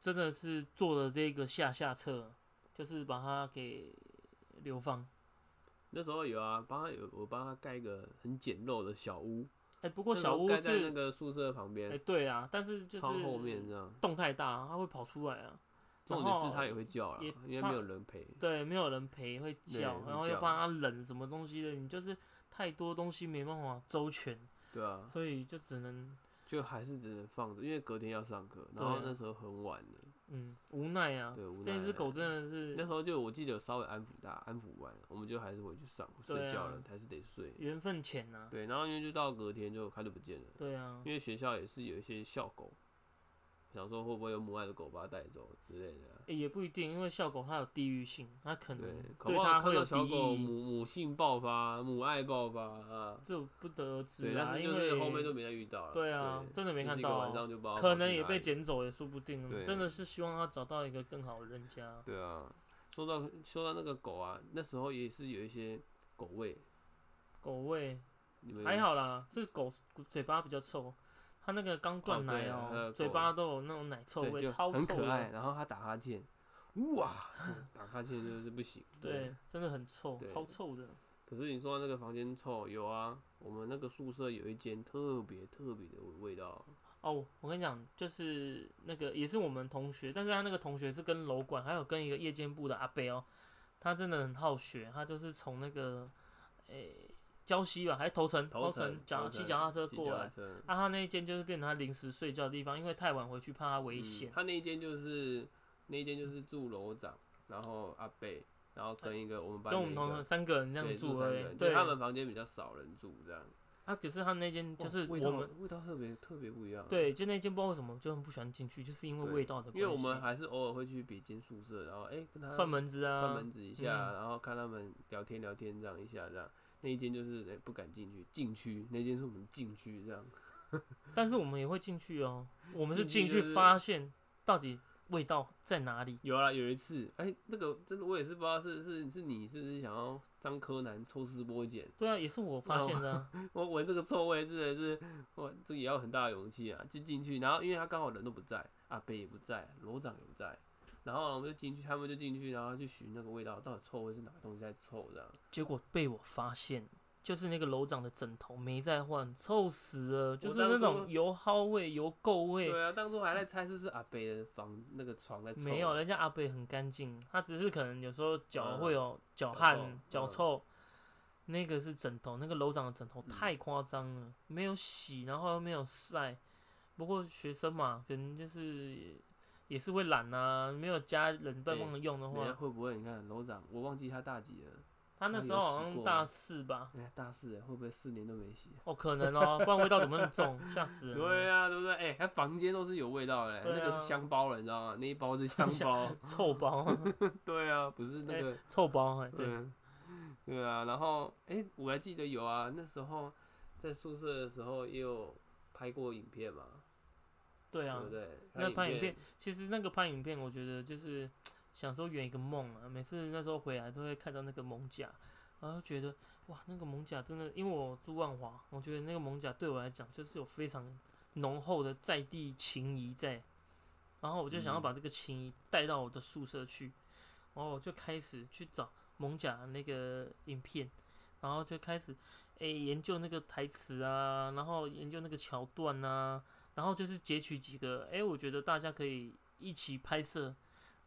Speaker 1: 真的是做了这个下下策，就是把它给流放。
Speaker 2: 那时候有啊，帮他有我帮他盖一个很简陋的小屋，
Speaker 1: 哎、不过
Speaker 2: 那时候
Speaker 1: 小屋
Speaker 2: 盖在
Speaker 1: 是
Speaker 2: 那个宿舍旁边、
Speaker 1: 哎、对啊，但是就是
Speaker 2: 窗后面这样。
Speaker 1: 动太大，它会跑出来啊。
Speaker 2: 重点
Speaker 1: 然后
Speaker 2: 是它也会叫啦
Speaker 1: 也，
Speaker 2: 因为
Speaker 1: 怕
Speaker 2: 没有人陪。
Speaker 1: 对，没有人陪会叫，
Speaker 2: 会
Speaker 1: 然后又
Speaker 2: 叫
Speaker 1: 帮它冷什么东西的，你就是太多东西没办法周全，
Speaker 2: 对啊，
Speaker 1: 所以就只能
Speaker 2: 就还是只能放着，因为隔天要上课，
Speaker 1: 对
Speaker 2: 然
Speaker 1: 啊
Speaker 2: 后那时候很晚了。
Speaker 1: 嗯无奈啊。
Speaker 2: 对无
Speaker 1: 这
Speaker 2: 奈
Speaker 1: 只狗真的
Speaker 2: 那
Speaker 1: 是
Speaker 2: 时候就我记得有稍微安抚它，安抚完了，我们就还是回去上
Speaker 1: 对
Speaker 2: 睡
Speaker 1: 啊
Speaker 2: 觉了，还是得睡。
Speaker 1: 缘分浅呐、啊。
Speaker 2: 对，然后因为就到隔天就它就不见了，
Speaker 1: 对啊，
Speaker 2: 因为学校也是有一些校狗，想说会不会有母爱的狗把它带走之类的啊。
Speaker 1: 诶哎也不一定，因为小狗它有地域性，它可能
Speaker 2: 对，搞
Speaker 1: 对
Speaker 2: 不
Speaker 1: 它
Speaker 2: 好
Speaker 1: 会
Speaker 2: 看
Speaker 1: 有
Speaker 2: 到
Speaker 1: 敌
Speaker 2: 小狗
Speaker 1: 意，
Speaker 2: 母母性爆发，母爱爆发啊。
Speaker 1: 这不得而知
Speaker 2: 对，但
Speaker 1: 啊。
Speaker 2: 是
Speaker 1: 因
Speaker 2: 就是后面
Speaker 1: 为
Speaker 2: 都没再遇到了。
Speaker 1: 对啊，真的没
Speaker 2: 就
Speaker 1: 看
Speaker 2: 是一
Speaker 1: 到
Speaker 2: 个
Speaker 1: 啊、
Speaker 2: 晚上就不知道
Speaker 1: 可
Speaker 2: 跑去
Speaker 1: 能也
Speaker 2: 哪
Speaker 1: 被
Speaker 2: 里
Speaker 1: 捡走也说不定
Speaker 2: 对。
Speaker 1: 真的是希望它找到一个更好的人家。
Speaker 2: 对啊，说到说到那个狗啊，那时候也是有一些狗味，
Speaker 1: 狗味
Speaker 2: 你们
Speaker 1: 还好啦，这狗嘴巴比较臭，它那个刚断奶
Speaker 2: 哦对啊它
Speaker 1: 哦、
Speaker 2: 的狗
Speaker 1: 嘴巴都有那种奶臭
Speaker 2: 对
Speaker 1: 味，
Speaker 2: 就
Speaker 1: 超
Speaker 2: 很
Speaker 1: 臭
Speaker 2: 可爱。
Speaker 1: 的。
Speaker 2: 然后它打哈欠， 哇，打哈欠就是不行。
Speaker 1: 对，真的很臭，
Speaker 2: 对
Speaker 1: 超臭的。
Speaker 2: 可是你说那个房间臭，有啊，我们那个宿舍有一间特别特别的味道，
Speaker 1: 哦，我跟你讲，就是那个也是我们同学，但是他那个同学是跟楼管，还有跟一个夜间部的阿伯哦，他真的很好学，他就是从那个诶、礁溪吧，还是头城，头
Speaker 2: 城
Speaker 1: 脚
Speaker 2: 头
Speaker 1: 骑
Speaker 2: 城
Speaker 1: 脚踏车
Speaker 2: 骑
Speaker 1: 过
Speaker 2: 脚
Speaker 1: 来
Speaker 2: 踏，车
Speaker 1: 啊，他那一间就是变成他临时睡觉的地方，因为太晚回去怕他危险
Speaker 2: 嗯。他那一间就是那一间就是住楼长，然后阿贝，然后跟一个我们班
Speaker 1: 跟
Speaker 2: 的
Speaker 1: 我们
Speaker 2: 一
Speaker 1: 同
Speaker 2: 个
Speaker 1: 学三个人这样
Speaker 2: 对
Speaker 1: 住
Speaker 2: 三
Speaker 1: 而
Speaker 2: 个
Speaker 1: 已
Speaker 2: 人，就
Speaker 1: 对，
Speaker 2: 他们房间比较少人住这样。
Speaker 1: 啊，可是他那间就
Speaker 2: 哇
Speaker 1: 是
Speaker 2: 味道嗯
Speaker 1: 我们
Speaker 2: 味道特别特别不一样。，
Speaker 1: 对，就那间不知道为什么就很不喜欢进去，就是因为
Speaker 2: 对
Speaker 1: 味道的关系。
Speaker 2: 因为我们还是偶尔会去别间宿舍，然后哎、跟他
Speaker 1: 串门子啊，
Speaker 2: 串门子一下，
Speaker 1: 嗯
Speaker 2: 然后看他们聊天聊天这样一下这样。那一间就是哎、不敢进去，禁区那间是我们禁区这样。
Speaker 1: 但是我们也会进去哦，我们是进
Speaker 2: 进去
Speaker 1: 去
Speaker 2: 就是
Speaker 1: 发现到底味道在哪里。
Speaker 2: 有啊，有一次哎、那个真的我也是不知道是是是你是不是想要当柯南抽丝剥茧？
Speaker 1: 对啊，也是我发
Speaker 2: 那我
Speaker 1: 现的啊、
Speaker 2: 我闻这个臭味真的是，我这也要很大的勇气啊，就进去。然后因为他刚好人都不在，阿北也不在，楼长也不在，然后我们就进去，他们就进去，然后去寻那个味道，到底臭味是哪个东西在臭这样。
Speaker 1: 结果被我发现，就是那个楼长的枕头没在换，臭死了，就是
Speaker 2: 当
Speaker 1: 那种
Speaker 2: 初
Speaker 1: 油耗味、油垢味。
Speaker 2: 对啊，当初还在猜是不是阿北的房那个床在臭，啊
Speaker 1: 没有，人家阿北很干净，他只是可能有时候脚
Speaker 2: 嗯
Speaker 1: 会有脚
Speaker 2: 脚
Speaker 1: 汗、
Speaker 2: 臭
Speaker 1: 脚
Speaker 2: 嗯
Speaker 1: 臭。那个是枕头，那个楼长的枕头
Speaker 2: 嗯
Speaker 1: 太夸张了，没有洗，然后又没有晒。不过学生嘛，可能就是也也是会懒啊，没有家人帮
Speaker 2: 对
Speaker 1: 忙用的
Speaker 2: 人家
Speaker 1: 话，
Speaker 2: 会不会你看楼长，我忘记他大几了，
Speaker 1: 他那
Speaker 2: 他
Speaker 1: 时
Speaker 2: 有
Speaker 1: 候好
Speaker 2: 洗
Speaker 1: 像
Speaker 2: 过
Speaker 1: 大
Speaker 2: 吗
Speaker 1: 四吧，
Speaker 2: 哎、大四哎会不会四年都没洗？
Speaker 1: 哦，可能哦，不然味道怎么那么重，吓死人了。
Speaker 2: 对啊，对不对？哎、他房间都是有味道的、
Speaker 1: 对啊
Speaker 2: 那个是香包了，你知道吗？那一包是香 包。
Speaker 1: 臭包啊，
Speaker 2: 对啊，不是那
Speaker 1: 哎
Speaker 2: 个。
Speaker 1: 臭包哎、对，
Speaker 2: 对，对啊，然后哎、诶我还记得有啊，那时候在宿舍的时候也有拍过影片嘛，
Speaker 1: 对啊
Speaker 2: 对不，对？
Speaker 1: 那拍影
Speaker 2: 片
Speaker 1: 片，，其实那个拍影片，我觉得就是想说圆一个梦啊。每次那时候回来都会看到那个蒙甲，然后觉得哇，那个蒙甲真的，因为我住万华，我觉得那个蒙甲对我来讲就是有非常浓厚的在地情谊在，然后我就想要
Speaker 2: 嗯
Speaker 1: 把这个情谊带到我的宿舍去，然后我就开始去找蒙甲的那个影片，然后就开始诶、研究那个台词啊，然后研究那个桥段啊，然后就是截取几个诶、我觉得大家可以一起拍摄。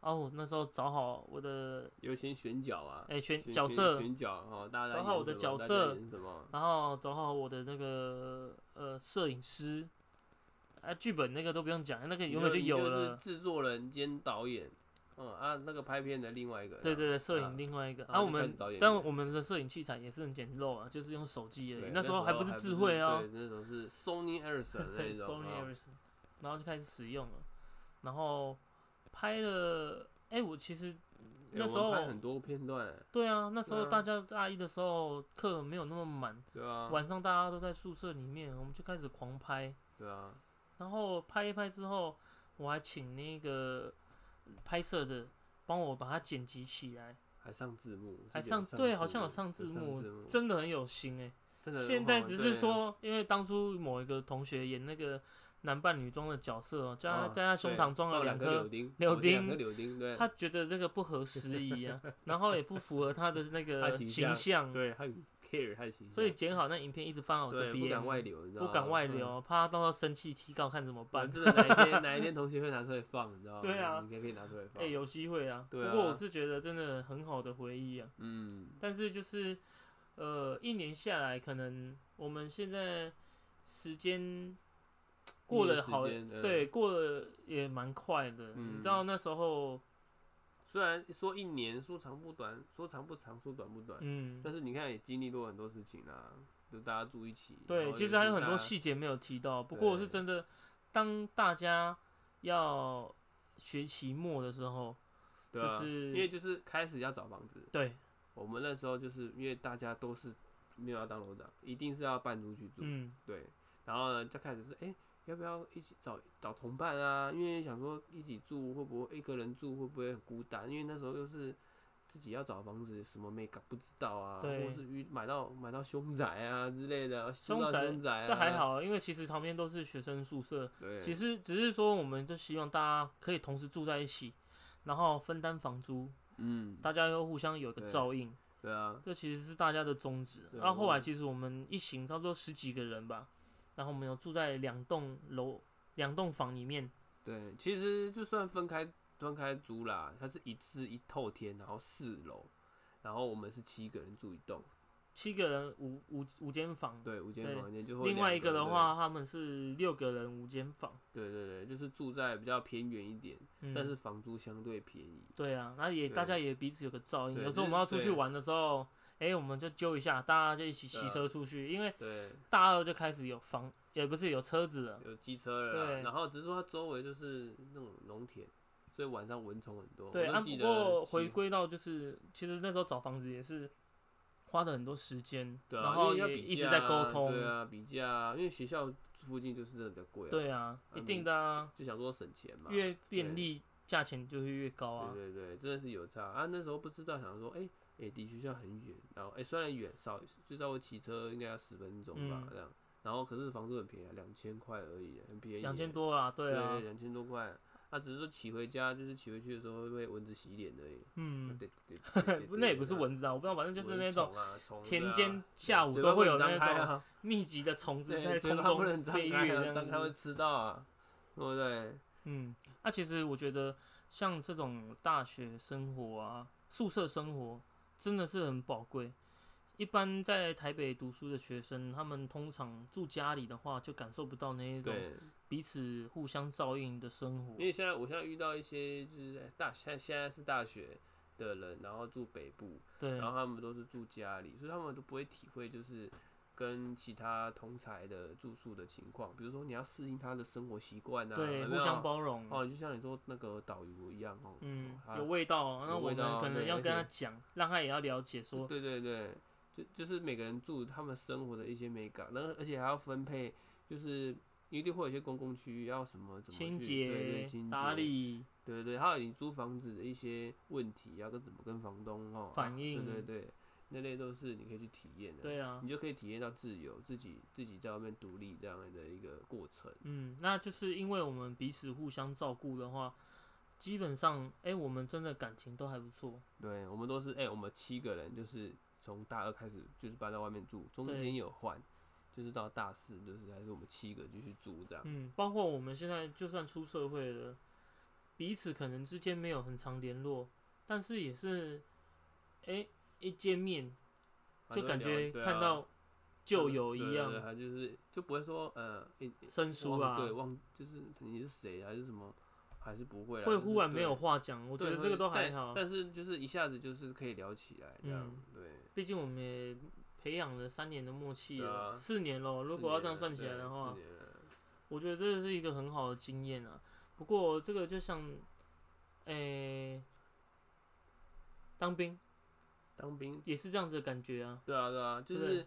Speaker 1: 然后我那时候找好我的
Speaker 2: 有先选角啊，
Speaker 1: 诶、选
Speaker 2: 选
Speaker 1: 哎角
Speaker 2: 选
Speaker 1: 色，
Speaker 2: 选角哦，大家在
Speaker 1: 找好
Speaker 2: 演
Speaker 1: 我的
Speaker 2: 什么
Speaker 1: 角
Speaker 2: 大家
Speaker 1: 色
Speaker 2: 演什么？
Speaker 1: 然后找好我的那个呃摄影师，啊，剧本那个都不用讲，那个
Speaker 2: 你
Speaker 1: 原本
Speaker 2: 就你
Speaker 1: 有
Speaker 2: 就是
Speaker 1: 了。
Speaker 2: 制作人兼导演，嗯啊，那个拍片的另外一个，
Speaker 1: 对对对，摄
Speaker 2: 啊
Speaker 1: 影另外一个，
Speaker 2: 然
Speaker 1: 啊，
Speaker 2: 后就
Speaker 1: 我
Speaker 2: 开始
Speaker 1: 们
Speaker 2: 找演
Speaker 1: 但
Speaker 2: 员
Speaker 1: 我们的摄影器材也是很简陋啊，就是用手机而
Speaker 2: 对，
Speaker 1: 已，
Speaker 2: 那
Speaker 1: 时候还不
Speaker 2: 是
Speaker 1: 是智慧啊，
Speaker 2: 对，那时候是 Sony Ericsson 的
Speaker 1: 对
Speaker 2: 那种
Speaker 1: ，Sony
Speaker 2: 啊，
Speaker 1: Ericsson，然后就开始使用了，然后拍了，哎，我其实
Speaker 2: 哎
Speaker 1: 那时
Speaker 2: 我
Speaker 1: 候
Speaker 2: 们拍很多片段，哎
Speaker 1: 对啊，那时候
Speaker 2: 对啊
Speaker 1: 大家大一的时候课没有那么满，
Speaker 2: 对啊，
Speaker 1: 晚上大家都在宿舍里面，我们就开始狂拍，
Speaker 2: 对啊，
Speaker 1: 然后拍一拍之后，我还请那个拍摄的帮我把它剪辑起来，
Speaker 2: 还上字幕，我
Speaker 1: 还
Speaker 2: 记得有
Speaker 1: 上对，好
Speaker 2: 字
Speaker 1: 像有
Speaker 2: 幕
Speaker 1: 上字幕，
Speaker 2: 有上
Speaker 1: 真的很有心哎、
Speaker 2: 真的
Speaker 1: 现在只是，
Speaker 2: 哦
Speaker 1: 说，因为当初某一个同学演那个男扮女装的角色哦、
Speaker 2: 对
Speaker 1: 加他
Speaker 2: 啊
Speaker 1: 在他胸
Speaker 2: 对
Speaker 1: 膛装
Speaker 2: 放
Speaker 1: 了两
Speaker 2: 颗
Speaker 1: 颗
Speaker 2: 柳，丁，
Speaker 1: 柳
Speaker 2: 哦对两
Speaker 1: 丁
Speaker 2: 颗柳丁，对，
Speaker 1: 他觉得这个不合时宜 啊，然后也不符合他的那
Speaker 2: 他
Speaker 1: 个
Speaker 2: 形
Speaker 1: 形
Speaker 2: 象
Speaker 1: 象，
Speaker 2: 对，他很 care 他的形象，
Speaker 1: 所以剪好那影片一直放到我
Speaker 2: 对
Speaker 1: 这边，
Speaker 2: 不敢外流，你知道
Speaker 1: 不敢
Speaker 2: 吗
Speaker 1: 外。
Speaker 2: 嗯
Speaker 1: 流，啊怕他到时候生气提告看怎么
Speaker 2: 反
Speaker 1: 办。
Speaker 2: 正真的哪一天哪一天同学会拿出来放，你知道吗？
Speaker 1: 对啊
Speaker 2: 应该可以拿出 来
Speaker 1: 哎、
Speaker 2: 放。
Speaker 1: 有机会啊！
Speaker 2: 对啊
Speaker 1: 不过我是觉得真的很好的回忆啊。
Speaker 2: 嗯，
Speaker 1: 但是就是，呃，一年下来，可能我们现在时间过得好，
Speaker 2: 那个时间，
Speaker 1: 对，
Speaker 2: 嗯
Speaker 1: 过得也蛮快的。
Speaker 2: 嗯呃
Speaker 1: 你知道那时候，
Speaker 2: 虽然说一年说长不短，说长不长，说短不短，
Speaker 1: 嗯，
Speaker 2: 但是你看也经历过很多事情啊，就大家住一起。然
Speaker 1: 对，
Speaker 2: 后
Speaker 1: 其
Speaker 2: 就
Speaker 1: 实还
Speaker 2: 是
Speaker 1: 有很
Speaker 2: 大
Speaker 1: 多
Speaker 2: 家
Speaker 1: 细节没有提到。不过是
Speaker 2: 对
Speaker 1: 真的，当大家要学期末的时候，
Speaker 2: 对啊
Speaker 1: 就是
Speaker 2: 因为就是开始要找房子，
Speaker 1: 对，
Speaker 2: 我们那时候就是因为大家都是没有要当楼长，一定是要搬出去住，
Speaker 1: 嗯，
Speaker 2: 对，然后呢就开始是哎、诶要不要一起找找同伴啊？因为想说一起住会不会一个人住会不会很孤单？因为那时候又是自己要找房子，什么没搞不知道啊，
Speaker 1: 对
Speaker 2: 或是遇买到买到凶宅啊之类的，
Speaker 1: 凶
Speaker 2: 住到
Speaker 1: 宅
Speaker 2: 凶宅、啊、
Speaker 1: 这还，好，因为其实旁边都是学生宿舍，
Speaker 2: 对，
Speaker 1: 其实只是说，我们就希望大家可以同时住在一起，然后分担房租，
Speaker 2: 嗯，
Speaker 1: 大家又互相有一个
Speaker 2: 对
Speaker 1: 照应，
Speaker 2: 对啊，
Speaker 1: 这其实是大家的宗旨。
Speaker 2: 对
Speaker 1: 然后后
Speaker 2: 我
Speaker 1: 来
Speaker 2: 们
Speaker 1: 其实我们一行差不多十几个人吧，然后我们有住在两栋楼、两栋房里面，
Speaker 2: 对，其实就算分开分开租啦，它是一室一透天，然后四楼，然后我们是七个人住一栋，
Speaker 1: 七个人五五五间房，
Speaker 2: 对，五间
Speaker 1: 对
Speaker 2: 房间就会
Speaker 1: 另外
Speaker 2: 两
Speaker 1: 一个的，
Speaker 2: 人
Speaker 1: 话他们是六个人五间房，
Speaker 2: 对对对，就是住在比较偏远一点，
Speaker 1: 嗯，
Speaker 2: 但是房租相对便宜，
Speaker 1: 对啊，那也大
Speaker 2: 对
Speaker 1: 家也彼此有个照应，
Speaker 2: 对
Speaker 1: 有时
Speaker 2: 就
Speaker 1: 候我们
Speaker 2: 是
Speaker 1: 要出去
Speaker 2: 对
Speaker 1: 玩的时候，哎、我们就揪一下，大家就一起
Speaker 2: 对
Speaker 1: 骑
Speaker 2: 啊
Speaker 1: 车出去，因为。
Speaker 2: 对，
Speaker 1: 大二就开始有房，也不是有车子了。
Speaker 2: 有机车
Speaker 1: 嗯
Speaker 2: 了啦
Speaker 1: 对
Speaker 2: 然后只是说它周围就是那种农田，所以晚上蚊虫很多。
Speaker 1: 对，
Speaker 2: 我
Speaker 1: 啊，
Speaker 2: 都
Speaker 1: 不
Speaker 2: 记得
Speaker 1: 过
Speaker 2: 骑
Speaker 1: 回归到就是，其实那时候找房子也是花了很多时间，
Speaker 2: 对啊，
Speaker 1: 然后
Speaker 2: 因
Speaker 1: 也
Speaker 2: 为要比
Speaker 1: 一直
Speaker 2: 价
Speaker 1: 在
Speaker 2: 啊
Speaker 1: 沟通，
Speaker 2: 对啊，比价啊，因为学校附近就是真的比较贵、啊，
Speaker 1: 对啊，
Speaker 2: 啊
Speaker 1: 一定的啊，
Speaker 2: 就想说省钱嘛，
Speaker 1: 越便利价钱就会越高啊。
Speaker 2: 对对对，真的是有差啊！那时候不知道，想说，哎、哎、离学校很远，然后哎、虽然远，少就稍微骑车应该要十分钟吧、
Speaker 1: 嗯
Speaker 2: 这样，然后可是房租很便宜、啊，两千块而已，很便宜，
Speaker 1: 两千，多啦，对
Speaker 2: 对
Speaker 1: 啊，
Speaker 2: 两千多块。啊，只是说骑回家，就是骑回去的时候会被蚊子洗脸而已。啊
Speaker 1: 嗯，
Speaker 2: 对 对对对对
Speaker 1: 那也不是
Speaker 2: 对
Speaker 1: 蚊子啊，我不知道，反正
Speaker 2: 啊
Speaker 1: 就是那种
Speaker 2: 蚊虫啊虫对
Speaker 1: 田
Speaker 2: 啊
Speaker 1: 间下午
Speaker 2: 嘴
Speaker 1: 都
Speaker 2: 巴
Speaker 1: 会
Speaker 2: 不
Speaker 1: 有
Speaker 2: 能
Speaker 1: 那
Speaker 2: 张开
Speaker 1: 种
Speaker 2: 啊，
Speaker 1: 密集的虫子在
Speaker 2: 对，嘴
Speaker 1: 空
Speaker 2: 巴不能
Speaker 1: 中
Speaker 2: 张
Speaker 1: 飞
Speaker 2: 开
Speaker 1: 跃
Speaker 2: 啊，
Speaker 1: 这
Speaker 2: 张开
Speaker 1: 样
Speaker 2: 会
Speaker 1: 子。
Speaker 2: 吃到啊，对不对？
Speaker 1: 嗯，那、其实我觉得像这种大学生活啊，宿舍生活真的是很宝贵。一般在台北读书的学生，他们通常住家里的话，就感受不到那一种
Speaker 2: 对，
Speaker 1: 彼此互相照应的生活
Speaker 2: 因。为现在我现在遇到一些就是哎大现在现在是大学的人，然后住北部，
Speaker 1: 对
Speaker 2: 然，后他们都是住家里，所以他们都不会体会就是跟其他同才的住宿的情况，比如说你要适应他的生活习惯啊，
Speaker 1: 对，
Speaker 2: 有没
Speaker 1: 互相
Speaker 2: 有
Speaker 1: 包容。
Speaker 2: 哦，就像你说那个导游一样哦，
Speaker 1: 嗯
Speaker 2: 哦，他
Speaker 1: 有味道哦、那
Speaker 2: 有
Speaker 1: 我
Speaker 2: 味道
Speaker 1: 们
Speaker 2: 啊
Speaker 1: 可能
Speaker 2: 对
Speaker 1: 要
Speaker 2: 而
Speaker 1: 跟他
Speaker 2: 且
Speaker 1: 讲，让他也要了解说，
Speaker 2: 对对对，就就是每个人住他们生活的一些美感，然后而且还要分配，就是一定会有一些公共区域要什么怎么
Speaker 1: 清
Speaker 2: 去对对
Speaker 1: 洁
Speaker 2: 清、洁
Speaker 1: 打理，
Speaker 2: 啊对对，还有你租房子的一些问题，要跟怎么跟房东哦
Speaker 1: 反
Speaker 2: 啊
Speaker 1: 映
Speaker 2: 对对对，那类都是你可以去体验的，
Speaker 1: 对啊
Speaker 2: 你，就可以体验到自由，自己自己在外面独立这样的一个过程。
Speaker 1: 嗯，那就是因为我们彼此互相照顾的话，基本上，哎、我们真的感情都还不错。
Speaker 2: 对，我们都是哎、我们七个人就是从大二开始就是搬到外面住，中
Speaker 1: 对
Speaker 2: 间有换，就是到大四就是还是我们七个继续住这样。
Speaker 1: 嗯，包括我们现在就算出社会了，彼此可能之间没有很常联络，但是也是，哎、一见面
Speaker 2: 反
Speaker 1: 就
Speaker 2: 正
Speaker 1: 感觉
Speaker 2: 聊对啊
Speaker 1: 看到旧友一样
Speaker 2: 对对对，他就是就不会说呃，诶
Speaker 1: 生疏
Speaker 2: 忘
Speaker 1: 啊，
Speaker 2: 对，忘就是你是谁啊还是什么，还是不会啦，啊
Speaker 1: 会
Speaker 2: 就是
Speaker 1: 忽然没有
Speaker 2: 对，
Speaker 1: 话讲。我觉
Speaker 2: 对
Speaker 1: 得这个
Speaker 2: 会
Speaker 1: 都还
Speaker 2: 但
Speaker 1: 好，
Speaker 2: 但是就是一下子就是可以聊起来这样
Speaker 1: 嗯，
Speaker 2: 对，
Speaker 1: 毕竟我们也培养了三年的默契
Speaker 2: 对
Speaker 1: 了，
Speaker 2: 啊
Speaker 1: 四年咯，如
Speaker 2: 四
Speaker 1: 果要这样
Speaker 2: 年了
Speaker 1: 算起来
Speaker 2: 对
Speaker 1: 的话
Speaker 2: 四，年了
Speaker 1: 我觉得这是一个很好的经验啊。不过这个就像，诶、当兵
Speaker 2: 当兵，
Speaker 1: 也是这样子的感觉啊。
Speaker 2: 对啊对啊，就
Speaker 1: 对不对
Speaker 2: 是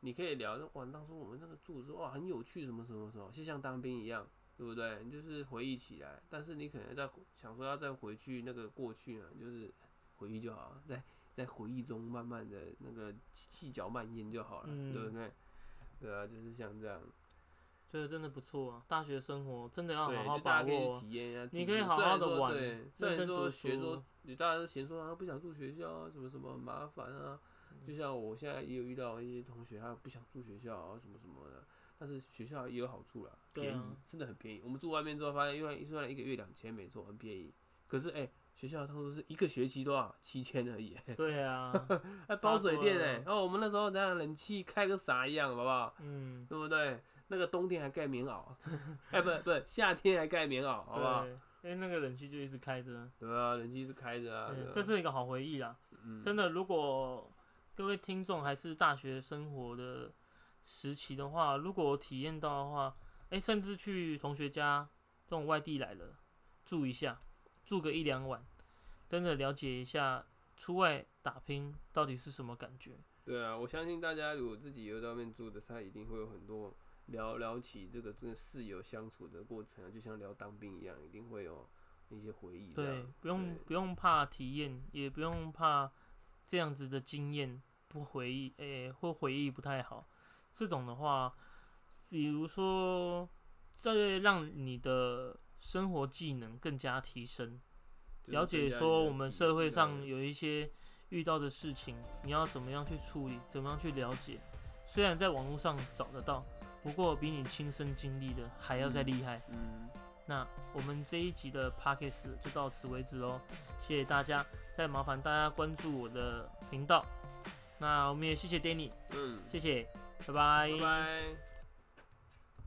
Speaker 2: 你可以聊，哇，当初我们那个住的时候哇很有趣，什么什么什么，就像当兵一样。对不对？你就是回忆起来，但是你可能在想说要再回去那个过去呢，就是回忆就好了，在在回忆中慢慢的那个细细嚼慢咽就好了，
Speaker 1: 嗯
Speaker 2: 对不对？对啊，就是像这样。
Speaker 1: 觉得真的不错啊，大学生活真的要
Speaker 2: 对，
Speaker 1: 好好
Speaker 2: 就大
Speaker 1: 把
Speaker 2: 家可以
Speaker 1: 握
Speaker 2: 去
Speaker 1: 啊。
Speaker 2: 体验一下住宿。
Speaker 1: 你可以好好地
Speaker 2: 虽然说
Speaker 1: 玩
Speaker 2: 对，虽然
Speaker 1: 认真
Speaker 2: 说
Speaker 1: 读
Speaker 2: 学说
Speaker 1: 书，
Speaker 2: 你大家都嫌说啊不想住学校啊，什么什么很麻烦啊。
Speaker 1: 嗯
Speaker 2: 就像我现在也有遇到一些同学，他不想住学校啊，什么什么的。但是学校也有好处啦，
Speaker 1: 对
Speaker 2: 便宜，
Speaker 1: 啊
Speaker 2: 真的很便宜。我们住外面之后发现，因为虽然一个月两千没错，很便宜。可是哎、学校他说是一个学期多少七千 而已，
Speaker 1: 对 啊，
Speaker 2: 还包水电
Speaker 1: 差
Speaker 2: 哎、
Speaker 1: 不
Speaker 2: 哦，我们那时候那样冷气开个啥一样，好不好？
Speaker 1: 嗯，
Speaker 2: 对不对？那个冬天还盖棉袄， 哎、不不，夏天还盖棉袄，好不好
Speaker 1: 对？，因为那个冷气就一直开着，
Speaker 2: 对啊，冷气是开着啊。对
Speaker 1: 对
Speaker 2: 啊，
Speaker 1: 这是一个好回忆啦。
Speaker 2: 嗯
Speaker 1: 真的，如果各位听众还是大学生活的时期的话，如果体验到的话，哎、甚至去同学家这种外地来的住一下，住个一两晚，真的了解一下出外打拼到底是什么感觉。
Speaker 2: 对啊，我相信大家如果自己有在外面住的，他一定会有很多聊聊起这个真的室友相处的过程啊，就像聊当兵一样，一定会有一些回忆这样。
Speaker 1: 对，不用
Speaker 2: 对
Speaker 1: 不用怕体验，也不用怕这样子的经验不回忆，诶、或回忆不太好。这种的话，比如说，这让你的生活技能更加提升，
Speaker 2: 就是
Speaker 1: 了解
Speaker 2: 增加
Speaker 1: 说
Speaker 2: 你的
Speaker 1: 我们
Speaker 2: 记忆
Speaker 1: 社会
Speaker 2: 对啊
Speaker 1: 上有一些遇到的事情，你要怎么样去处理，怎么样去了解。虽然在网络上找得到，不过比你亲身经历的还要再
Speaker 2: 嗯
Speaker 1: 厉害。
Speaker 2: 嗯，
Speaker 1: 那我们这一集的 p o c k e t 就到此为止喽，谢谢大家，再麻烦大家关注我的频道。那我们也谢谢 Danny，
Speaker 2: 嗯，
Speaker 1: 谢谢，拜
Speaker 2: 拜拜。